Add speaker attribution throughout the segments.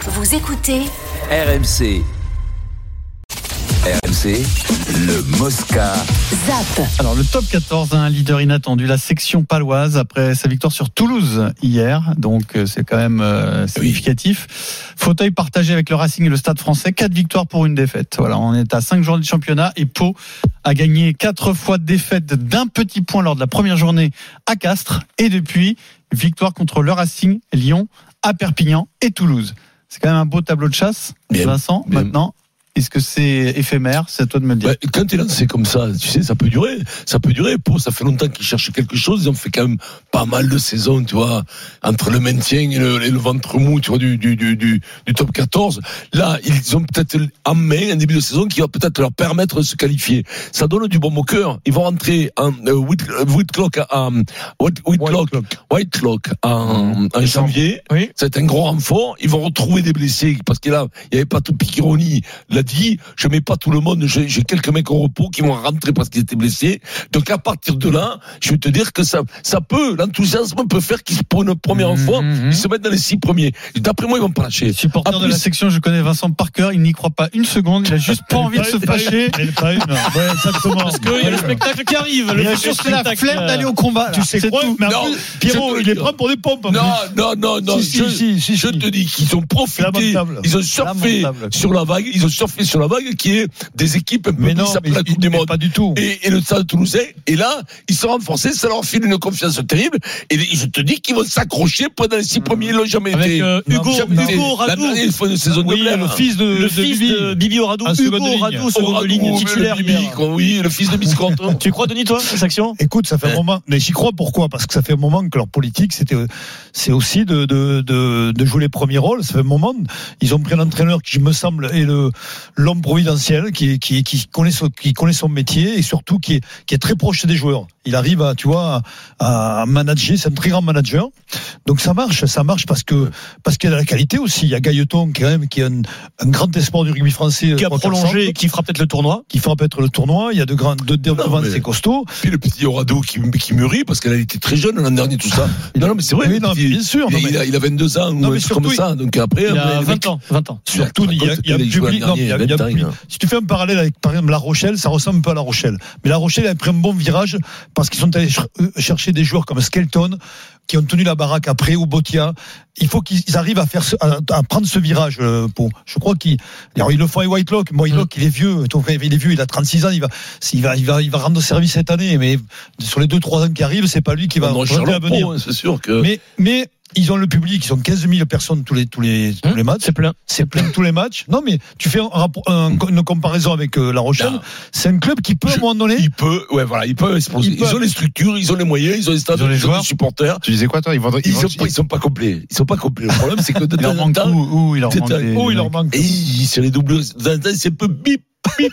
Speaker 1: Vous écoutez
Speaker 2: RMC. RMC, le Mosca.
Speaker 1: ZAP.
Speaker 3: Alors le top 14 a un leader inattendu, la section paloise, après sa victoire sur Toulouse hier, donc euh, c'est quand même euh, significatif. Fauteuil partagé avec le Racing et le Stade français, quatre victoires pour une défaite. Voilà, on est à 5 journées de championnat et Pau a gagné quatre fois de défaite d'un petit point lors de la première journée à Castres et depuis, victoire contre le Racing, Lyon, à Perpignan et Toulouse. C'est quand même un beau tableau de chasse,
Speaker 4: Bien,
Speaker 3: Vincent,
Speaker 4: bien.
Speaker 3: maintenant. Est-ce que c'est éphémère C'est à toi de me le dire.
Speaker 4: Ouais, Ben, quand t'es lancé comme ça, tu sais, ça peut durer. Ça peut durer. Pau, ça fait longtemps qu'ils cherchent quelque chose. Ils ont fait quand même pas mal de saisons, tu vois, entre le maintien et le, et le ventre mou, tu vois, du, du, du, du, du top 14. Là, ils ont peut-être en main un début de saison qui va peut-être leur permettre de se qualifier. Ça donne du bon au cœur. Ils vont rentrer en euh, Whit- euh, Whitlock, à- à- Whit- Whitlock, Whitlock en, en janvier.
Speaker 3: Oui.
Speaker 4: C'est un gros renfort. Ils vont retrouver des blessés parce que là, il n'y avait pas tout Piquironi l'a dit. Je mets pas tout le monde. J'ai j'ai quelques mecs au repos qui vont rentrer parce qu'ils étaient blessés. Donc à partir de là, je vais te dire que ça, ça peut, l'enthousiasme peut faire qu'ils pour une
Speaker 5: Mmh,
Speaker 4: première
Speaker 3: Mhm,
Speaker 4: fois,
Speaker 3: mhm.
Speaker 4: ils se mettent dans les six premiers. Et D'après moi, ils vont pas lâcher.
Speaker 3: Supporter
Speaker 4: En
Speaker 3: de la
Speaker 4: plus-
Speaker 3: section, je connais Vincent Parker, il n'y croit pas une seconde, il a juste pas envie de se fâcher.
Speaker 5: pas une. Ouais, exactement. Parce
Speaker 6: Il y a le spectacle qui arrive.
Speaker 3: Il
Speaker 6: Le
Speaker 3: a
Speaker 6: futur
Speaker 3: juste la
Speaker 7: euh,
Speaker 6: spectacle.
Speaker 3: flemme d'aller au combat. là.
Speaker 5: Tu sais
Speaker 3: C'est
Speaker 5: quoi
Speaker 3: tout.
Speaker 5: Mais en
Speaker 4: Non,
Speaker 5: plus, Pierrot,
Speaker 4: je te
Speaker 5: il est
Speaker 4: le
Speaker 5: propre pour des pompes. en
Speaker 4: Non,
Speaker 5: plus.
Speaker 4: non, non, non.
Speaker 5: Si,
Speaker 4: je,
Speaker 5: si, si, si,
Speaker 4: je
Speaker 5: si.
Speaker 4: te dis qu'ils ont profité.
Speaker 5: Lamentable.
Speaker 4: Ils ont surfé
Speaker 3: Lamentable.
Speaker 4: sur la vague. Ils ont surfé sur la vague qui est des équipes un peu
Speaker 5: Mais non,
Speaker 4: mises après
Speaker 5: mais
Speaker 4: la Coupe du
Speaker 5: mais
Speaker 4: Monde.
Speaker 5: pas du tout.
Speaker 4: et, et le stade toulousain. Et là, ils sont renforcés, ça leur file une confiance terrible. Et je te dis qu'ils vont s'accrocher pendant les six premiers, ils l'ont jamais
Speaker 6: Avec,
Speaker 4: été.
Speaker 6: euh, Hugo-
Speaker 4: Jamais été.
Speaker 6: Hugo
Speaker 4: La
Speaker 6: Radou.
Speaker 4: dernière fois de saison
Speaker 6: Oui,
Speaker 4: de Blair.
Speaker 6: le fils de,
Speaker 5: Le
Speaker 6: de
Speaker 5: fils
Speaker 6: Bibi.
Speaker 5: de
Speaker 6: Bibi Radou.
Speaker 5: Un
Speaker 6: Hugo
Speaker 5: seconde ligne.
Speaker 6: Radou,
Speaker 4: Au
Speaker 6: seconde
Speaker 4: Radou,
Speaker 6: ligne
Speaker 4: le
Speaker 6: titulaire.
Speaker 4: Bibi,
Speaker 6: hier.
Speaker 4: quoi, oui, le fils de Biscotte.
Speaker 6: Tu crois, Denis, toi, cette section
Speaker 5: Écoute, ça fait un moment. Mais j'y crois pourquoi Parce que ça fait un moment que leur politique, c'était, c'est aussi de, de, de, de jouer les premiers rôles. Ça fait un moment. Ils ont pris un entraîneur qui, me semble, est le l'homme providentiel, qui, qui, qui connaît son, qui connaît son métier et surtout qui est, qui est très proche des joueurs. Il arrive à, tu vois, à, à manager. C'est un très grand manager. Donc ça marche, ça marche parce que parce qu'il y a de la qualité aussi. Il y a Gailleton quand même qui est un, un grand espoir du rugby français,
Speaker 6: Qui a
Speaker 5: trois quarts
Speaker 6: prolongé et
Speaker 5: centre,
Speaker 6: qui fera peut-être le tournoi
Speaker 5: qui fera peut-être le tournoi. Il y a de grands, de, de
Speaker 4: Non,
Speaker 5: devant,
Speaker 4: mais-
Speaker 5: c'est costaud.
Speaker 4: Puis le petit Orado qui, qui mûrit parce qu'elle a été très jeune l'an dernier, tout ça. Non, non, mais c'est vrai.
Speaker 5: Oui,
Speaker 4: le
Speaker 5: non,
Speaker 4: petit-
Speaker 5: bien sûr,
Speaker 4: Il,
Speaker 5: non, mais-
Speaker 4: il a, il a 22 ans
Speaker 5: Non,
Speaker 4: ou un
Speaker 5: mais
Speaker 4: truc comme
Speaker 5: surtout,
Speaker 4: ça. Donc après, euh,
Speaker 6: Il a
Speaker 4: le mec-
Speaker 6: 20 ans. 20 ans.
Speaker 5: Surtout, il y a, il y a un
Speaker 4: Il joue l'an
Speaker 5: public. non, il y a-
Speaker 4: dernier,
Speaker 5: il y a un
Speaker 4: 20 ans,
Speaker 5: public.
Speaker 4: hein.
Speaker 5: Si tu fais un parallèle avec, par exemple, La Rochelle, ça ressemble pas à La Rochelle. Mais La Rochelle a pris un bon virage parce qu'ils sont allés ch- euh, chercher des joueurs comme Skelton, qui ont tenu la baraque après, ou Botia. Il faut qu'ils arrivent à faire, ce- à, à prendre ce virage, euh, pour, je crois qu'ils, alors ils le font avec Whitelock.
Speaker 4: Mm.
Speaker 5: Moi, Whitelock, il est vieux. Ton frère, il est vieux, il a 36 ans, il va, il va, il va, il va rendre service cette année. Mais sur les deux, trois ans qui arrivent, c'est pas lui qui va
Speaker 4: On
Speaker 5: représenter
Speaker 4: recherche leur
Speaker 5: l'avenir.
Speaker 4: pro, hein, c'est sûr que.
Speaker 5: Mais, mais ils ont le public, ils ont 15 000 personnes tous les, tous les, tous les matchs.
Speaker 6: C'est plein.
Speaker 5: C'est plein de tous les matchs. Non, mais tu fais un rapport- un- une comparaison avec euh, La Rochelle.
Speaker 4: Non.
Speaker 5: C'est un club qui peut, à un
Speaker 4: Je-
Speaker 5: moment donné,
Speaker 4: Il peut, ouais, voilà, il peut exploser.
Speaker 5: Il peut.
Speaker 4: Ils ont les structures, ils ont les moyens, ils ont les stades,
Speaker 3: Ils ont les
Speaker 4: ils ont les
Speaker 3: joueurs.
Speaker 4: supporters.
Speaker 7: Tu disais quoi toi Ils vendent
Speaker 4: Ils sont, pas, ils sont pas complets. Ils sont pas complets. Le problème, c'est que de
Speaker 3: Il leur
Speaker 4: temps en
Speaker 3: manque
Speaker 4: temps,
Speaker 3: où, où il leur
Speaker 4: C'est
Speaker 3: manque
Speaker 4: un-
Speaker 3: des-
Speaker 5: oh, il leur manque.
Speaker 4: et sur les doublures, de temps en temps, c'est peu bip.
Speaker 7: tu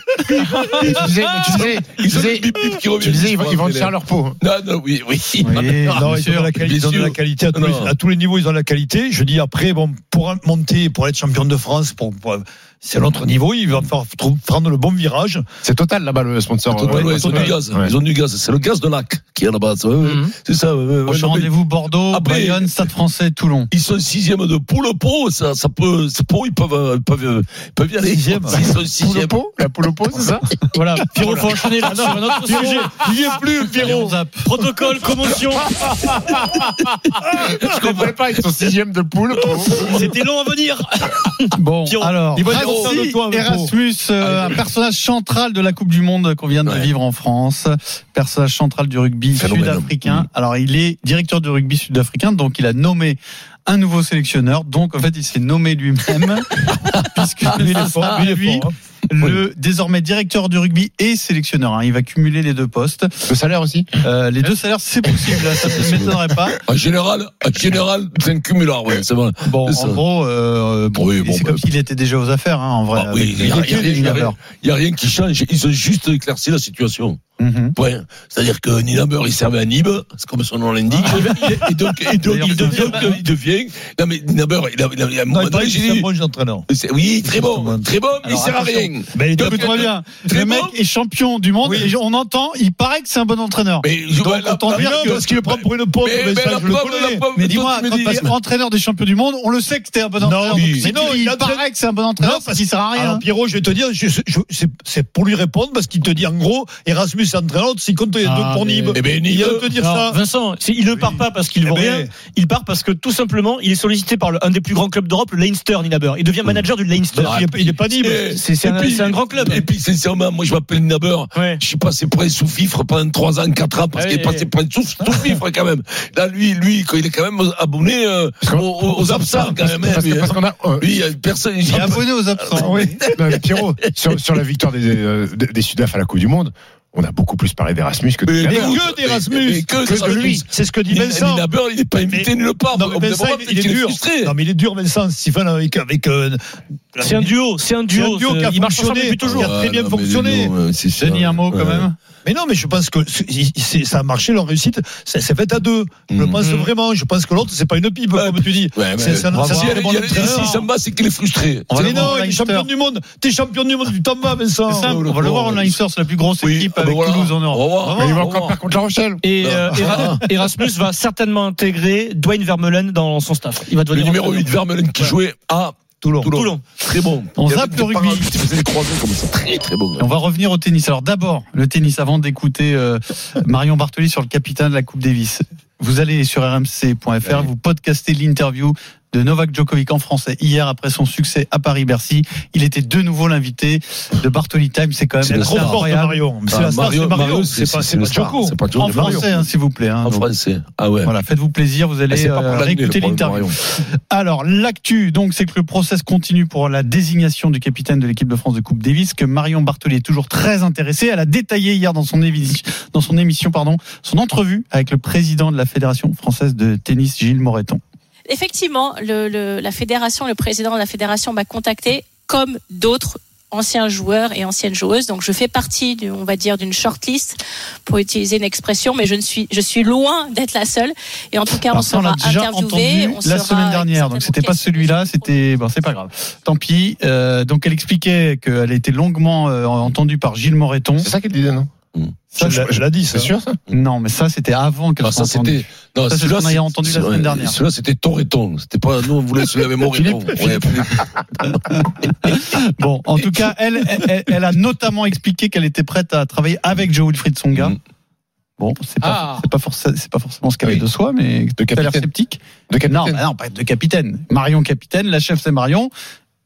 Speaker 7: disais, mais tu disais, tu
Speaker 4: Ils ont
Speaker 7: disais,
Speaker 4: le bip bip qui revient.
Speaker 7: tu disais, ils,
Speaker 4: Je
Speaker 7: vendent-
Speaker 4: crois,
Speaker 7: ils vendent
Speaker 4: mais
Speaker 7: cher leur peau.
Speaker 4: là- Non, non, oui, oui.
Speaker 3: Oui,
Speaker 4: Ah,
Speaker 5: Non,
Speaker 3: bien
Speaker 5: ils ont,
Speaker 3: sûr.
Speaker 5: de la qualité, ils ont de la
Speaker 4: Bien sûr.
Speaker 5: qualité à tous,
Speaker 4: Non.
Speaker 5: les, à tous les niveaux, ils ont de la qualité. Je dis après, bon, pour monter, pour être champion de France, pour, pour- c'est l'autre niveau, il va falloir trou- prendre le bon virage.
Speaker 7: C'est total là-bas le sponsor. euh,
Speaker 4: Total, ouais, ils ont du gaz.
Speaker 7: Ouais.
Speaker 4: Ils ont du gaz. C'est le gaz de lac qui est là-bas. Ouais, ouais. C'est ça. ouais, ouais, ouais.
Speaker 3: Prochain
Speaker 4: Non, mais
Speaker 3: rendez-vous Bordeaux,
Speaker 4: Après-
Speaker 3: Bayonne, Stade français, Toulon.
Speaker 4: Ils sont sixième de poule pro. Ça, ça peut, c'est pro, ils peuvent, euh, ils peuvent, euh, ils peuvent y aller.
Speaker 5: Sixième.
Speaker 4: Ils sont
Speaker 7: Poule
Speaker 4: sixième.
Speaker 7: au pot La poule au pot, c'est ça
Speaker 6: Voilà. Pierrot, faut enchaîner là-dessus. Un autre sujet.
Speaker 3: Il n'y est plus, Pierrot.
Speaker 6: Protocole, commotion.
Speaker 7: Je comprends pas, ils sont sixième de poule.
Speaker 6: C'était long à venir.
Speaker 3: Bon,
Speaker 6: Pierrot.
Speaker 3: alors,
Speaker 6: Il va dire
Speaker 3: Racing,
Speaker 6: autant de toi, Pierrot.
Speaker 3: Erasmus, euh, un personnage central de la Coupe du Monde qu'on vient de
Speaker 4: Ouais.
Speaker 3: vivre en France, personnage central du rugby
Speaker 4: Phénomène. Mm.
Speaker 3: sud-africain. Alors, il est directeur du rugby sud-africain, donc il a nommé un nouveau sélectionneur. Donc, en fait, il s'est nommé lui-même, puisque
Speaker 4: Ah,
Speaker 3: lui, il est fort, lui,
Speaker 4: hein.
Speaker 3: le désormais directeur du rugby et sélectionneur. hein. Il va cumuler les deux postes.
Speaker 7: Le salaire aussi
Speaker 3: Euh, les deux salaires, c'est possible, là, ça ne m'étonnerait pas.
Speaker 4: En général, en général, c'est un cumulard, ouais, c'est vrai.
Speaker 3: Bon,
Speaker 4: C'est ça.
Speaker 3: en gros, euh, bon,
Speaker 4: Oui,
Speaker 3: et
Speaker 4: bon,
Speaker 3: c'est
Speaker 4: bah,
Speaker 3: comme s'il était déjà aux affaires, hein, en vrai.
Speaker 4: Ah oui,
Speaker 3: avec
Speaker 4: il y a
Speaker 3: les
Speaker 4: rien,
Speaker 3: équipes,
Speaker 4: il y a
Speaker 3: les
Speaker 4: rien.
Speaker 3: joueurs.
Speaker 4: Il n'y a rien qui change. Ils ont juste éclairci la situation.
Speaker 3: Mhm.
Speaker 4: Point. C'est-à-dire que Nilaber, il servait à Nîmes, c'est comme son nom l'indique. Et donc, et donc, il
Speaker 3: Ah. D'ailleurs,
Speaker 4: devient, il devient. Non, mais Nilaber, il a, il a, il a, à un
Speaker 5: Non,
Speaker 4: moment
Speaker 5: il
Speaker 4: donné,
Speaker 5: paraît que
Speaker 4: j'ai
Speaker 5: c'est un
Speaker 4: dit,
Speaker 5: bon entraîneur.
Speaker 4: c'est- oui, très bon,
Speaker 5: Justement.
Speaker 4: très bon, mais il
Speaker 3: Alors,
Speaker 4: sert à
Speaker 3: attention.
Speaker 4: rien.
Speaker 3: Mais il
Speaker 4: Comme
Speaker 3: tape
Speaker 4: tu-
Speaker 3: très bien.
Speaker 4: très
Speaker 3: le mec
Speaker 4: bon.
Speaker 3: est champion du monde. et on entend, il paraît que c'est un bon entraîneur.
Speaker 4: Mais je
Speaker 3: Donc,
Speaker 4: vois la-
Speaker 3: autant
Speaker 4: la-
Speaker 3: dire
Speaker 4: la-
Speaker 3: que-
Speaker 5: Parce qu'il veut prendre pour une pauvre,
Speaker 4: Mais-
Speaker 5: mais
Speaker 4: mais
Speaker 5: ça,
Speaker 4: la
Speaker 5: je le
Speaker 4: preuve, la
Speaker 5: connais.
Speaker 4: preuve,
Speaker 3: Mais
Speaker 4: toi,
Speaker 3: dis-moi,
Speaker 4: tu me
Speaker 3: quand
Speaker 4: dis-
Speaker 3: parce que entraîneur des champions du monde, on le sait que t'es un bon entraîneur.
Speaker 5: oui.
Speaker 3: Donc, c'est
Speaker 5: Sinon,
Speaker 3: qu'il-
Speaker 5: il
Speaker 3: il,
Speaker 5: entraîne-
Speaker 3: paraît que c'est un bon entraîneur,
Speaker 5: Non,
Speaker 3: parce qu'il sert à rien.
Speaker 5: Alors Pierrot, je vais te dire, je- je- je- c'est- c'est pour lui répondre parce qu'il te dit en gros, Erasmus est entraîneur, s'il compte il y a
Speaker 6: Ah,
Speaker 5: deux pour
Speaker 6: mais-
Speaker 5: Nîmes.
Speaker 4: Eh ben,
Speaker 5: Il
Speaker 4: Nîmes,
Speaker 5: vient de te dire
Speaker 6: Non,
Speaker 5: ça.
Speaker 6: Vincent, c'est- il ne part pas parce qu'il
Speaker 5: Eh
Speaker 6: veut
Speaker 5: ben.
Speaker 6: rien. Il part parce que tout simplement, il est sollicité par le- un des plus grands clubs d'Europe, le Leinster, Ninaber. Il devient manager du Leinster.
Speaker 5: Il est- il est pas Nîmes.
Speaker 6: C'est- c'est
Speaker 4: Et
Speaker 6: un-
Speaker 4: puis-
Speaker 6: c'est un grand club.
Speaker 4: Et puis, sincèrement, moi, je m'appelle Naber.
Speaker 6: Ouais.
Speaker 4: Je suis passé pour un sous-fifre pendant 3 ans, 4 ans, parce
Speaker 6: Ah
Speaker 4: qu'il est
Speaker 6: oui,
Speaker 4: passé
Speaker 6: oui.
Speaker 4: pour un sous- sous-fifre quand même. Là, lui, lui, quand il est quand même abonné euh, aux, aux- aux absents quand même. hein,
Speaker 7: Parce
Speaker 4: lui,
Speaker 7: que- parce
Speaker 4: hein.
Speaker 7: qu'on a. euh, Ah
Speaker 4: Lui, il y a personne.
Speaker 3: Il est abonné aux absents.
Speaker 7: non, mais Pierrot, sur, sur la victoire des, euh, des, des Sudaf à la Coupe du Monde, on a beaucoup plus parlé d'Erasmus Eh que de
Speaker 4: Mais
Speaker 7: Naber.
Speaker 4: nous,
Speaker 5: Que d'Erasmus.
Speaker 4: mais que
Speaker 5: Que de lui. C'est ce que dit Vincent.
Speaker 4: Naber, il n'est pas invité nulle part.
Speaker 5: Non, mais
Speaker 4: Au bout d'un
Speaker 5: Vincent,
Speaker 4: moment,
Speaker 5: il, il est
Speaker 4: qu'il
Speaker 5: dur.
Speaker 4: frustré.
Speaker 5: Non, mais il est dur, Vincent. Stephen, avec. avec euh,
Speaker 6: C'est un duo, c'est un
Speaker 5: c'est
Speaker 6: duo. euh,
Speaker 5: qui a
Speaker 6: Il marche ensemble
Speaker 5: fonctionné,
Speaker 6: depuis
Speaker 5: qui
Speaker 6: toujours.
Speaker 5: a très
Speaker 4: Ah,
Speaker 5: bien
Speaker 4: non, mais
Speaker 5: fonctionné.
Speaker 4: dis donc, ouais, c'est
Speaker 3: J'ai
Speaker 4: ça.
Speaker 3: dit un mot quand
Speaker 4: Ouais.
Speaker 3: même.
Speaker 5: Mais non, mais je pense que c'est- c'est- ça a marché, leur réussite, ça s'est fait à deux. Je
Speaker 4: Mhm.
Speaker 5: pense vraiment. Je pense que l'autre, c'est pas une pipe,
Speaker 4: Ouais,
Speaker 5: comme tu dis.
Speaker 4: Ouais, mais-
Speaker 5: C'est ça,
Speaker 3: bravo.
Speaker 5: ça,
Speaker 4: Si
Speaker 5: c'est un
Speaker 4: elle
Speaker 5: bon
Speaker 4: est
Speaker 5: entraîneur.
Speaker 4: ici, ça me va, c'est qu'il est frustré.
Speaker 3: On va
Speaker 5: Mais
Speaker 3: le voir
Speaker 5: non,
Speaker 3: au
Speaker 5: il est
Speaker 3: Leinster.
Speaker 5: champion du monde. T'es champion du monde, tu t'en vas, Vincent.
Speaker 3: C'est simple, on va le voir au Leinster, c'est la plus grosse
Speaker 4: Oui,
Speaker 3: équipe
Speaker 4: ah ben
Speaker 3: avec
Speaker 4: voilà.
Speaker 3: Toulouse en Europe.
Speaker 4: Au revoir.
Speaker 5: Oh,
Speaker 3: On va voir.
Speaker 7: Mais il va
Speaker 4: au
Speaker 7: encore
Speaker 4: revoir.
Speaker 7: perdre contre La Rochelle.
Speaker 6: Et euh, Era-
Speaker 7: Ah.
Speaker 6: Erasmus va certainement intégrer Dwayne Vermeulen dans son staff. Il va
Speaker 4: Le
Speaker 6: devenir euh,
Speaker 4: numéro
Speaker 6: entraîneur.
Speaker 4: 8, Vermeulen, qui
Speaker 6: Ouais.
Speaker 4: jouait à
Speaker 5: Toulon.
Speaker 4: Toulon.
Speaker 6: Toulon.
Speaker 4: Très bon.
Speaker 3: On
Speaker 4: Il y avait
Speaker 3: zappe
Speaker 4: des
Speaker 3: le rugby.
Speaker 4: parades, Il faisait des croisés comme ça. Très, très bon.
Speaker 3: Et On va revenir au tennis. Alors d'abord, le tennis, avant d'écouter euh, Marion Bartoli sur le capitaine de la Coupe Davis. Vous allez sur rmc.fr, vous podcastez l'interview de Novak Djokovic en français hier après son succès à Paris-Bercy. Il était de nouveau l'invité de Bartoli Time. C'est quand
Speaker 4: C'est
Speaker 3: même
Speaker 4: la
Speaker 5: Trop
Speaker 3: assez
Speaker 4: star.
Speaker 5: fort de
Speaker 3: incroyable.
Speaker 5: Marion. Mais C'est
Speaker 4: Ah,
Speaker 5: la star,
Speaker 4: Mario-
Speaker 5: c'est Marion.
Speaker 4: Mario,
Speaker 5: C'est pas, c'est
Speaker 4: le
Speaker 5: pas
Speaker 4: star,
Speaker 5: Djoko.
Speaker 4: C'est pas
Speaker 3: En
Speaker 4: Djoko.
Speaker 3: français, hein, s'il vous plaît. hein.
Speaker 4: En
Speaker 3: Donc,
Speaker 4: français. Ah ouais.
Speaker 3: Voilà, faites-vous plaisir, vous
Speaker 4: Ah,
Speaker 3: allez
Speaker 4: c'est pas pour
Speaker 3: euh,
Speaker 4: l'annuler, le
Speaker 3: réécouter
Speaker 4: problème,
Speaker 3: l'interview.
Speaker 4: Marion.
Speaker 3: Alors, l'actu, donc, c'est que le process continue pour la désignation du capitaine de l'équipe de France de Coupe Davis, que Marion Bartoli est toujours très intéressée. Elle a détaillé hier dans son, évi- dans son émission, pardon, son entrevue avec le président de la Fédération française de tennis, Gilles Moreton.
Speaker 1: effectivement, le, le- la fédération, le président de la fédération m'a contacté comme d'autres anciens joueurs et anciennes joueuses. Donc, je fais partie, du- on va dire, d'une shortlist pour utiliser une expression, mais je ne suis, je suis loin d'être la seule. Et en tout cas, on
Speaker 3: Alors, ça, on
Speaker 1: sera
Speaker 3: l'a déjà
Speaker 1: interviewé.
Speaker 3: entendu
Speaker 1: on
Speaker 3: la
Speaker 1: sera
Speaker 3: semaine dernière, donc c'était pas
Speaker 1: certainement
Speaker 3: celui-là,
Speaker 1: questionné.
Speaker 3: c'était, bon, c'est pas grave. Tant pis. Euh, donc, elle expliquait qu'elle a été longuement euh, entendue par Gilles Moreton.
Speaker 7: C'est ça qu'il disait, non
Speaker 3: Ça,
Speaker 5: Je- Je l'ai dit, ça.
Speaker 7: C'est sûr, ça
Speaker 3: non, mais ça, c'était avant qu'elle
Speaker 4: Ah,
Speaker 3: soit
Speaker 4: ça,
Speaker 3: entendue.
Speaker 4: c'était. Non,
Speaker 3: Ça, c'est
Speaker 4: celui-là,
Speaker 3: ce qu'on a
Speaker 4: c'est-
Speaker 3: entendu la
Speaker 4: ouais,
Speaker 3: semaine dernière.
Speaker 4: Celui-là, c'était Torreton. C'était pas, nous, on voulait celui avec Moreton. Ouais,
Speaker 3: Bon, en tout cas, elle, elle- elle, elle a notamment expliqué qu'elle était prête à travailler avec Joe Wilfried Songa.
Speaker 4: Mhm.
Speaker 3: Bon, c'est pas,
Speaker 7: Ah.
Speaker 3: c'est pas, forcément, c'est pas forcément ce qu'elle
Speaker 7: Oui.
Speaker 3: est de soi, mais
Speaker 7: De
Speaker 3: t'as l'air
Speaker 7: capitaine.
Speaker 3: sceptique.
Speaker 7: De
Speaker 3: Non,
Speaker 7: capitaine.
Speaker 3: bah non, pas de capitaine. Marion capitaine, la chef c'est Marion.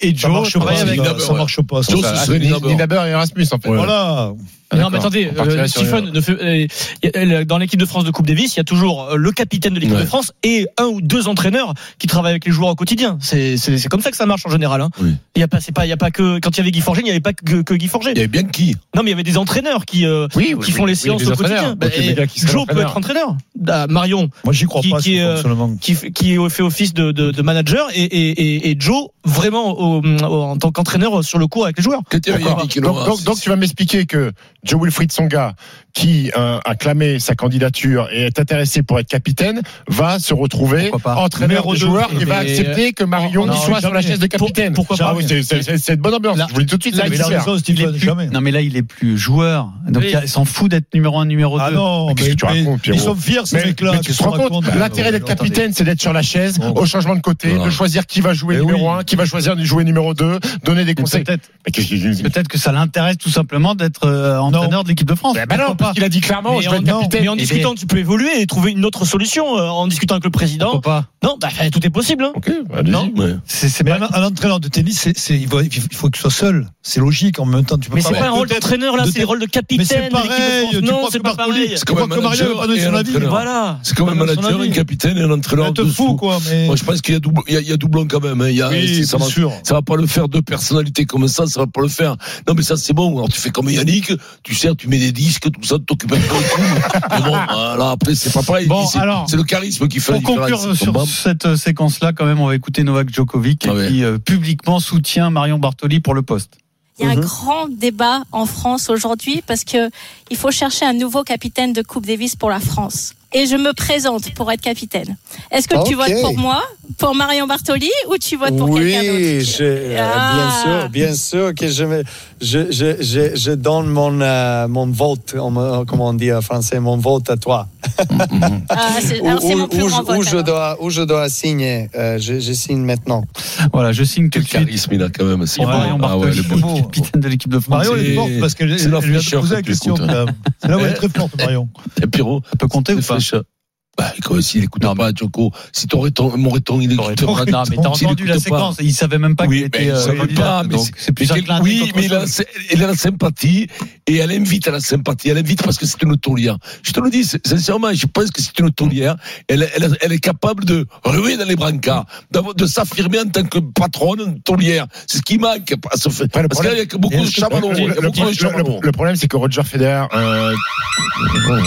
Speaker 3: Et
Speaker 5: Ça
Speaker 3: Joe
Speaker 5: marche
Speaker 3: travaille
Speaker 5: pas.
Speaker 3: avec.
Speaker 5: ça,
Speaker 4: Naber,
Speaker 5: Ça
Speaker 4: ouais.
Speaker 5: marche pas. ça.
Speaker 4: Joe, ce serait
Speaker 7: Ni-
Speaker 4: Naber.
Speaker 7: ni Naber et Erasmus, en fait.
Speaker 5: Voilà.
Speaker 7: Ah,
Speaker 6: Non, mais
Speaker 7: d'accord.
Speaker 6: attendez,
Speaker 7: On partirait
Speaker 6: euh,
Speaker 7: sur une-
Speaker 6: Stephen, ne fait- euh, y a- elle, dans l'équipe de France de Coupe Davis, il y a toujours euh, le capitaine de l'équipe
Speaker 4: Ouais.
Speaker 6: de France et un ou deux entraîneurs qui travaillent avec les joueurs au quotidien. C'est c'est- c'est comme ça que ça marche en général. hein.
Speaker 4: Oui.
Speaker 6: Il y a pas, c'est pas, il y a pas que quand il y avait Guy Forget, il n'y avait pas que, que Guy Forget.
Speaker 4: Il y avait bien qui
Speaker 6: Non, mais il y avait des entraîneurs qui euh,
Speaker 7: Oui, oui,
Speaker 6: qui font
Speaker 7: oui,
Speaker 6: les
Speaker 7: oui,
Speaker 6: séances
Speaker 7: des
Speaker 6: au quotidien.
Speaker 7: entraîneurs.
Speaker 6: Bah,
Speaker 7: Donc, il y a des
Speaker 6: et
Speaker 7: gars qui seraient
Speaker 6: Joe peut
Speaker 7: entraîneurs.
Speaker 6: être entraîneur. Ah, Marion,
Speaker 5: Moi, j'y crois
Speaker 6: Qui-
Speaker 5: pas.
Speaker 6: qui
Speaker 5: c'est
Speaker 6: est, euh,
Speaker 5: fonctionnement.
Speaker 6: qui, f- qui est- fait office de, de, de manager et, et, et, et Joe vraiment au- au- en tant qu'entraîneur sur le cours avec les joueurs.
Speaker 4: Quand il y avait
Speaker 7: D'accord.
Speaker 4: Yannick
Speaker 7: Donc,
Speaker 4: Noah,
Speaker 7: donc, donc tu vas m'expliquer que Joe Wilfried Songa, qui euh, a clamé sa candidature et est intéressé pour être capitaine, va se retrouver
Speaker 3: Pourquoi pas.
Speaker 7: entraîneur
Speaker 5: Numéro
Speaker 7: de
Speaker 5: deux. Oh,
Speaker 7: joueur et
Speaker 6: Mais-
Speaker 7: va accepter que Marion
Speaker 5: Non,
Speaker 7: soit sur la
Speaker 5: jamais.
Speaker 7: chaise de capitaine.
Speaker 5: Pour- pourquoi
Speaker 7: Ah
Speaker 5: pas.
Speaker 7: oui, c'est- C'est c'est- c'est de bonne ambiance.
Speaker 3: Là-
Speaker 7: je vous le dis tout de suite.
Speaker 3: là,
Speaker 7: c'est
Speaker 5: Mais il a
Speaker 7: super.
Speaker 5: raison,
Speaker 3: Il est
Speaker 5: Stephen,
Speaker 3: plus-
Speaker 5: jamais.
Speaker 3: Non, mais là, il est plus joueur. Donc,
Speaker 6: Oui.
Speaker 3: il s'en fout d'être numéro un, numéro
Speaker 5: Ah
Speaker 3: deux.
Speaker 5: non,
Speaker 7: Mais qu'est-ce
Speaker 5: mais,
Speaker 7: que tu
Speaker 5: mais
Speaker 7: racontes, Pierrot
Speaker 5: ils sont fiers, ces
Speaker 7: Mais,
Speaker 5: mecs-là.
Speaker 7: mais tu te rends compte, l'intérêt d'être capitaine, c'est d'être sur la chaise,
Speaker 5: Bon.
Speaker 7: au changement de côté,
Speaker 4: Voilà.
Speaker 7: de choisir qui va jouer
Speaker 5: Mais
Speaker 7: numéro
Speaker 5: Oh. Eh oui.
Speaker 7: 1, qui va choisir de jouer numéro 2, donner des
Speaker 3: Mais
Speaker 7: conseils.
Speaker 3: Peut-être
Speaker 7: Mais qu'est-ce que je dis
Speaker 3: peut-être que ça l'intéresse tout simplement d'être euh, entraîneur de l'équipe de France.
Speaker 7: Bah non,
Speaker 3: Pourquoi pas
Speaker 7: parce qu'il a dit clairement,
Speaker 6: mais,
Speaker 7: je vais
Speaker 6: en,
Speaker 7: être
Speaker 6: non, mais
Speaker 7: capitaine. Eh
Speaker 6: en discutant, tu peux évoluer et trouver une autre solution euh, en discutant avec le président.
Speaker 3: Pourquoi pas
Speaker 6: Non, bah, eh, tout est possible. hein.
Speaker 7: Ok, allez-y.
Speaker 6: Non.
Speaker 4: Ouais.
Speaker 3: C'est c'est
Speaker 5: Mais
Speaker 3: pas
Speaker 5: un, un entraîneur de tennis, c'est- c'est- il, va- il faut que ce soit seul. C'est logique. En même temps, tu peux
Speaker 6: Mais
Speaker 5: pas.
Speaker 6: c'est pas un rôle d'entraîneur là,
Speaker 5: de-
Speaker 6: c'est le rôle de
Speaker 5: Mais
Speaker 6: capitaine.
Speaker 5: c'est
Speaker 6: de l'équipe de
Speaker 5: pareil.
Speaker 6: France.
Speaker 5: Tu
Speaker 6: Non,
Speaker 5: crois
Speaker 6: c'est
Speaker 5: que
Speaker 6: pas
Speaker 5: Bartoli-
Speaker 6: pareil.
Speaker 5: tu
Speaker 4: comme
Speaker 5: crois
Speaker 4: un
Speaker 5: que Mario
Speaker 4: manager
Speaker 5: n'a pas donné
Speaker 4: et
Speaker 5: son
Speaker 4: un
Speaker 5: avis.
Speaker 4: entraîneur.
Speaker 6: Voilà.
Speaker 4: C'est comme un
Speaker 6: Pas son
Speaker 4: manager,
Speaker 6: avis.
Speaker 4: un capitaine et un entraîneur
Speaker 5: Un te
Speaker 4: dessous.
Speaker 5: fou, quoi. Mais...
Speaker 4: Moi, je pense qu'il y a doublon, il y a, il y a doublon quand même. hein. Il y a,
Speaker 5: Oui,
Speaker 4: ça,
Speaker 5: bien
Speaker 4: va,
Speaker 5: sûr.
Speaker 4: ça va pas le faire deux personnalités comme ça, ça va pas le faire. Non, mais ça c'est bon. Alors tu fais comme Yannick, tu sers, tu mets des disques, tout ça, tu t'occupes un peu de tout. Mais bon, voilà, après c'est pas pareil.
Speaker 3: Bon,
Speaker 4: C'est-
Speaker 3: alors,
Speaker 4: c'est le charisme qui fait la
Speaker 3: Pour
Speaker 4: différence.
Speaker 3: conclure sur
Speaker 4: Bon, bah.
Speaker 3: cette euh, séquence-là, quand même, on va écouter Novak Djokovic
Speaker 4: Ah ouais.
Speaker 3: qui euh, publiquement soutient Marion Bartoli pour le poste.
Speaker 1: Il Il y a
Speaker 8: Mhm.
Speaker 1: un grand débat en France aujourd'hui parce que il faut chercher un nouveau capitaine de Coupe Davis pour la France. Et je me présente pour être capitaine. Est-ce que tu
Speaker 8: Ok.
Speaker 1: votes pour moi, pour Marion Bartoli, ou tu votes pour quelqu'un
Speaker 8: Oui,
Speaker 1: d'autre
Speaker 8: je- euh, bien
Speaker 1: Ah.
Speaker 8: sûr, bien sûr que je, me- je, je, je, je donne mon, euh, mon vote, on me- comment on dit en français, mon vote à toi.
Speaker 1: Ah, c'est-
Speaker 8: Où,
Speaker 1: alors c'est
Speaker 8: où-
Speaker 1: mon plus
Speaker 8: où
Speaker 1: grand
Speaker 8: je- où
Speaker 1: vote.
Speaker 8: je
Speaker 1: alors.
Speaker 8: dois, où je dois signer, Euh, je, je signe maintenant.
Speaker 3: Voilà, je signe tout
Speaker 4: Quel
Speaker 3: de suite.
Speaker 4: charisme il a quand même. c'est
Speaker 3: Pour
Speaker 4: bon.
Speaker 3: Marion
Speaker 4: Ah ouais,
Speaker 3: Bartoli,
Speaker 4: le beau.
Speaker 3: capitaine de l'équipe de France.
Speaker 5: Marion, elle
Speaker 4: C'est-
Speaker 5: est forte parce qu'elle
Speaker 4: c'est la
Speaker 5: elle vient de
Speaker 4: fraîcheur
Speaker 5: poser
Speaker 4: que
Speaker 5: la
Speaker 4: tu
Speaker 5: question.
Speaker 4: écoutes,
Speaker 5: quand même. C'est là où elle est très forte, Marion.
Speaker 4: Et Pierrot,
Speaker 3: Ça peut compter ou
Speaker 4: c'est
Speaker 3: pas
Speaker 4: fraîcheur. Bah, quoi, s'il écoute
Speaker 3: Non,
Speaker 4: pas, Joko, si ton réton, mon réton, il écoute
Speaker 3: Non,
Speaker 4: pas.
Speaker 3: Ah, mais t'as
Speaker 4: S'il
Speaker 3: entendu la
Speaker 4: écoute pas.
Speaker 3: séquence. Il savait même pas
Speaker 4: Oui,
Speaker 3: qu'il
Speaker 4: mais
Speaker 3: était.
Speaker 4: il
Speaker 3: euh,
Speaker 4: savait
Speaker 3: candidat,
Speaker 4: pas, mais
Speaker 3: donc c'est plus
Speaker 4: Mais
Speaker 3: un
Speaker 4: quel-
Speaker 3: clin d'œil
Speaker 4: oui,
Speaker 3: qu'autre
Speaker 4: mais il a,
Speaker 3: chose.
Speaker 4: c'est- il a la sympathie et elle invite à la sympathie. Elle invite parce que c'est une taulière. Je te le dis c'est- sincèrement, je pense que c'est une taulière. Elle, elle, elle est capable de ruer dans les brancards, d'avoir- de s'affirmer en tant que patronne taulière. C'est ce qui manque à ce fait.
Speaker 7: Après, le
Speaker 4: Parce qu'il y a que beaucoup
Speaker 5: Et
Speaker 4: de
Speaker 5: est-ce que-
Speaker 4: chamallows.
Speaker 7: Le-
Speaker 4: il y a
Speaker 7: le- le-
Speaker 4: beaucoup de chamallows.
Speaker 7: le- le problème, c'est que Roger Federer. euh,
Speaker 4: Ah bah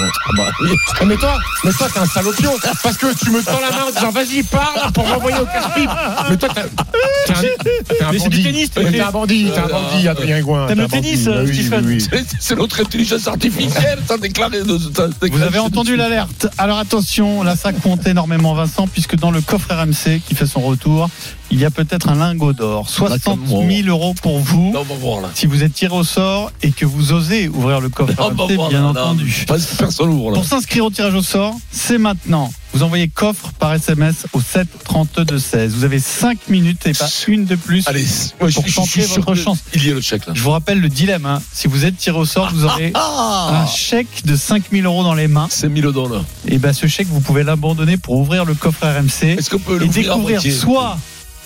Speaker 4: oui.
Speaker 7: Ah, Mais toi, mais toi, t'es un salopion parce que tu me tends la main en disant vas-y parle pour m'envoyer au casse-pipe. Mais toi, t'es un- t'es un, t'es un
Speaker 6: Mais c'est du
Speaker 7: bandit.
Speaker 6: tennis,
Speaker 7: Mais
Speaker 6: t'es-
Speaker 7: T'es un bandit, t'es un
Speaker 4: Voilà.
Speaker 7: bandit, Adrien Gouin.
Speaker 6: T'aimes
Speaker 7: t'es un
Speaker 6: le tennis,
Speaker 7: bandit.
Speaker 6: euh,
Speaker 7: Ah oui,
Speaker 6: Stephen
Speaker 7: oui, oui.
Speaker 4: C'est c'est notre intelligence artificielle, ça déclaré. de- ça
Speaker 3: Vous
Speaker 4: déclaré-
Speaker 3: avez entendu l'alerte. Alors attention, là ça compte énormément Vincent, puisque dans le coffre RMC qui fait son retour, il y a peut-être un lingot d'or. 60 000 euros pour vous.
Speaker 4: Non, on va voir là.
Speaker 3: Si vous êtes tiré au sort et que vous osez ouvrir le coffre
Speaker 4: On va
Speaker 3: RMC,
Speaker 4: voir,
Speaker 3: Ah, bien
Speaker 4: bah, là,
Speaker 3: entendu.
Speaker 4: là. Parce que personne ouvre là.
Speaker 3: Pour s'inscrire au tirage au sort, c'est maintenant. Vous envoyez coffre par SMS au 7 32 16. Vous avez 5 minutes et pas une de plus.
Speaker 4: Allez, moi, je,
Speaker 3: Pour
Speaker 4: je
Speaker 3: tenter
Speaker 4: suis sûr
Speaker 3: votre
Speaker 4: que
Speaker 3: chance.
Speaker 4: Il y a le chèque là.
Speaker 3: Je vous rappelle le dilemme. hein. Si vous êtes tiré au sort, vous aurez
Speaker 4: Ah,
Speaker 3: un chèque de 5000 euros dans les mains.
Speaker 4: C'est 1000 dollars.
Speaker 3: Et ben ce chèque, vous pouvez l'abandonner pour ouvrir le coffre RMC.
Speaker 4: Est-ce qu'on peut
Speaker 3: et
Speaker 4: l'ouvrir à
Speaker 3: découvrir
Speaker 4: moitié
Speaker 3: soit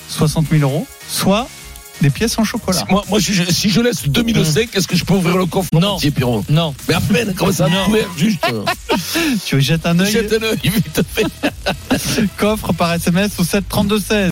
Speaker 3: 60 000 euros, soit des pièces en chocolat.
Speaker 4: Si- Moi, moi, si, je, si je laisse 2005,
Speaker 3: Mmh.
Speaker 4: est-ce que je peux ouvrir le coffre
Speaker 6: Non.
Speaker 4: entier, Pierrot
Speaker 6: Non.
Speaker 4: Mais à peine, comment ça a ouvert Juste.
Speaker 3: Tu jettes un œil
Speaker 4: Jette un œil, vite fait.
Speaker 3: coffre par SMS au 7 32 16.